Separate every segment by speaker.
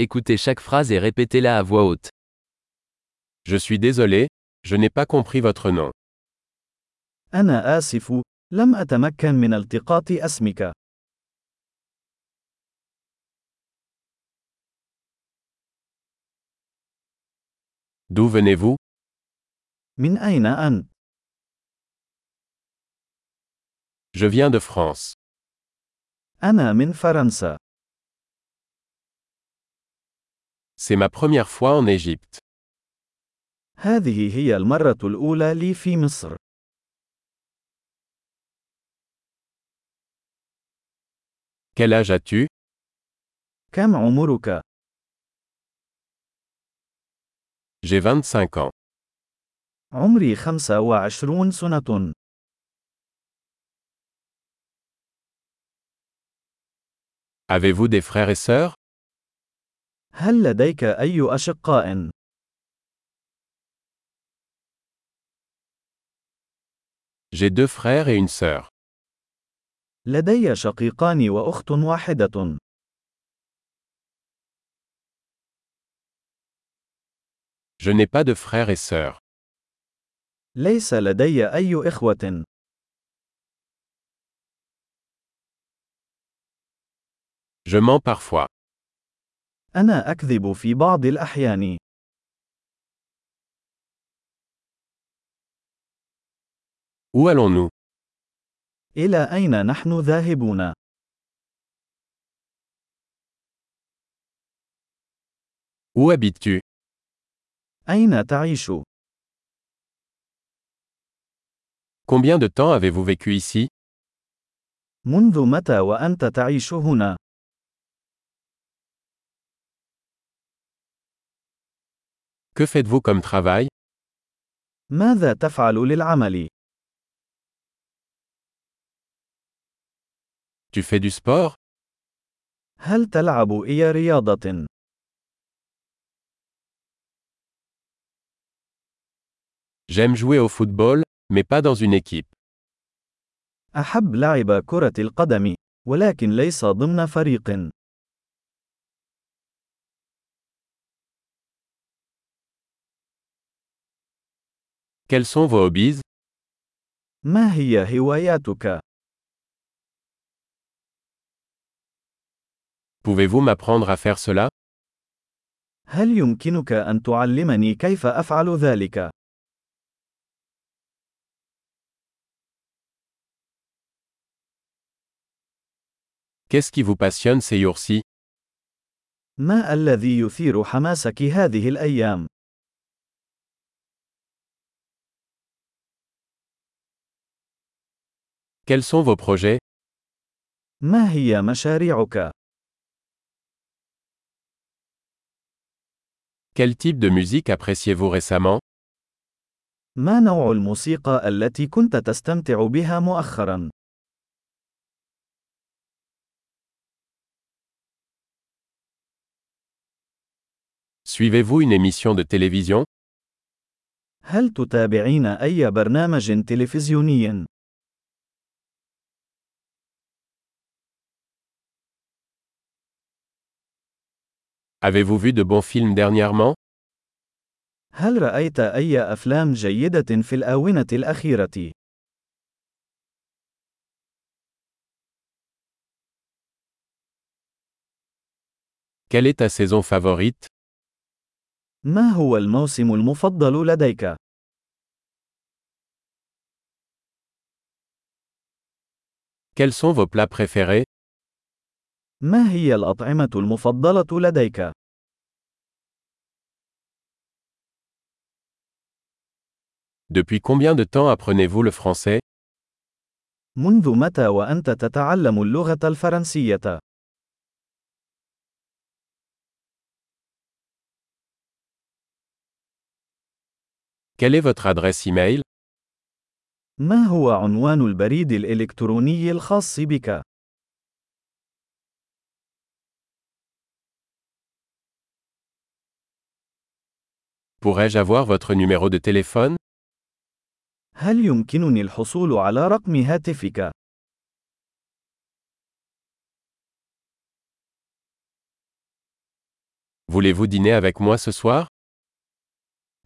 Speaker 1: Écoutez chaque phrase et répétez-la à voix haute.
Speaker 2: Je suis désolé, je n'ai pas compris votre nom.
Speaker 3: أنا آسف، لم أتمكن من التقاط اسمك.
Speaker 2: D'où venez-vous
Speaker 3: من أين أنت؟
Speaker 2: Je viens de France.
Speaker 3: أنا من فرنسا.
Speaker 2: C'est ma première fois en Égypte.
Speaker 3: هذه هي المرة الأولى لي في مصر.
Speaker 2: Quel âge as-tu
Speaker 3: كم عمرك؟
Speaker 2: J'ai 25 ans.
Speaker 3: عمري 25 سنة.
Speaker 2: Avez-vous des frères et sœurs
Speaker 3: هل لديك أي أشقاء؟
Speaker 2: J'ai deux frères et une sœur.
Speaker 3: لدي شقيقان وأخت واحدة.
Speaker 2: Je n'ai pas de frères et sœurs.
Speaker 3: ليس لدي أي إخوة.
Speaker 2: Je mens parfois.
Speaker 3: أنا أكذب في بعض الأحيان.
Speaker 2: Où allons-nous
Speaker 3: إلى أين نحن ذاهبون؟
Speaker 2: Où habites-tu
Speaker 3: أين تعيش؟
Speaker 2: Combien de temps avez-vous vécu ici
Speaker 3: منذ متى وأنت تعيش هنا؟
Speaker 2: Que faites-vous comme travail
Speaker 3: ماذا تفعل للعمل؟
Speaker 2: Tu fais du sport
Speaker 3: هل تلعب أي رياضة؟
Speaker 2: J'aime jouer au football, mais pas dans une équipe.
Speaker 3: أحب لعب كرة القدم، ولكن ليس ضمن فريق.
Speaker 2: Quels sont vos hobbies
Speaker 3: ما هي هواياتك؟
Speaker 2: Pouvez-vous m'apprendre à faire cela
Speaker 3: هل يمكنك أن تعلمني كيف أفعل ذلك؟
Speaker 2: Qu'est-ce qui vous passionne ces jours-ci
Speaker 3: ما الذي يثير حماسك هذه الأيام؟
Speaker 2: Quels sont vos projets
Speaker 3: ما هي مشاريعك؟
Speaker 2: Quel type de musique appréciez-vous récemment
Speaker 3: ما نوع الموسيقى التي كنت تستمتع بها مؤخرا؟
Speaker 2: Suivez-vous une émission de télévision
Speaker 3: هل تتابعين أي برنامج تلفزيوني؟
Speaker 2: Avez-vous vu de bons films dernièrement
Speaker 3: هل رأيت أي أفلام جيدة في الآونة الأخيرة؟
Speaker 2: Quelle est ta saison favorite
Speaker 3: ما هو الموسم المفضل لديك؟
Speaker 2: Quels sont vos plats préférés
Speaker 3: ما هي الأطعمة المفضلة لديك؟
Speaker 2: Depuis combien de temps apprenez-vous le français
Speaker 3: منذ متى وأنت تتعلم اللغة الفرنسية؟
Speaker 2: Quelle est votre adresse e-mail
Speaker 3: ما هو عنوان البريد الإلكتروني الخاص بك؟
Speaker 2: Pourrais-je avoir votre numéro de téléphone
Speaker 3: هل يمكنني الحصول على رقم هاتفك؟
Speaker 2: Voulez-vous dîner avec moi ce soir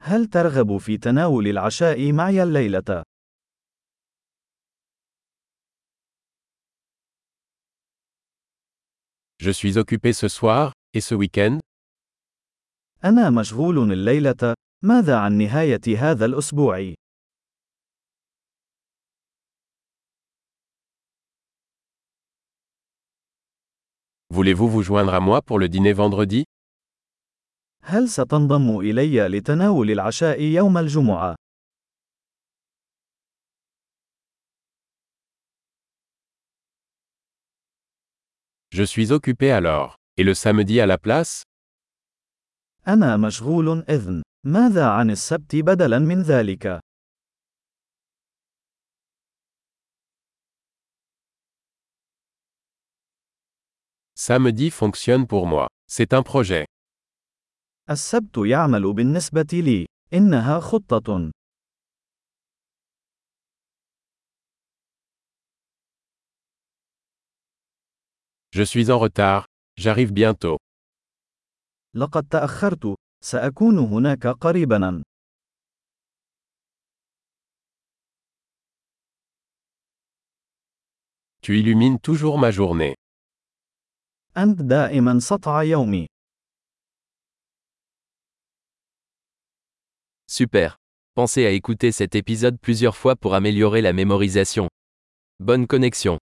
Speaker 3: هل ترغب في تناول العشاء معي الليلة؟
Speaker 2: Je suis occupé ce soir, et ce week-end
Speaker 3: أنا مشغول الليلة. ماذا عن نهاية هذا الأسبوع؟
Speaker 2: Voulez-vous vous joindre à moi pour le dîner vendredi
Speaker 3: هل ستنضم إلي لتناول العشاء يوم الجمعة؟
Speaker 2: Je suis occupé alors. Et le samedi à la place
Speaker 3: أنا مشغول إذن. ماذا عن السبت بدلاً من ذلك؟
Speaker 2: Samedi fonctionne pour moi. C'est un projet.
Speaker 3: السبت يعمل بالنسبة لي. إنها خطة.
Speaker 2: Je suis en retard. J'arrive bientôt.
Speaker 3: لقد تأخرت. سأكون هناك قريباً.
Speaker 2: Tu illumines toujours ma journée.
Speaker 3: أنت دائماً سطع يومي.
Speaker 1: Super. Pensez à écouter cet épisode plusieurs fois pour améliorer la mémorisation. Bonne connexion.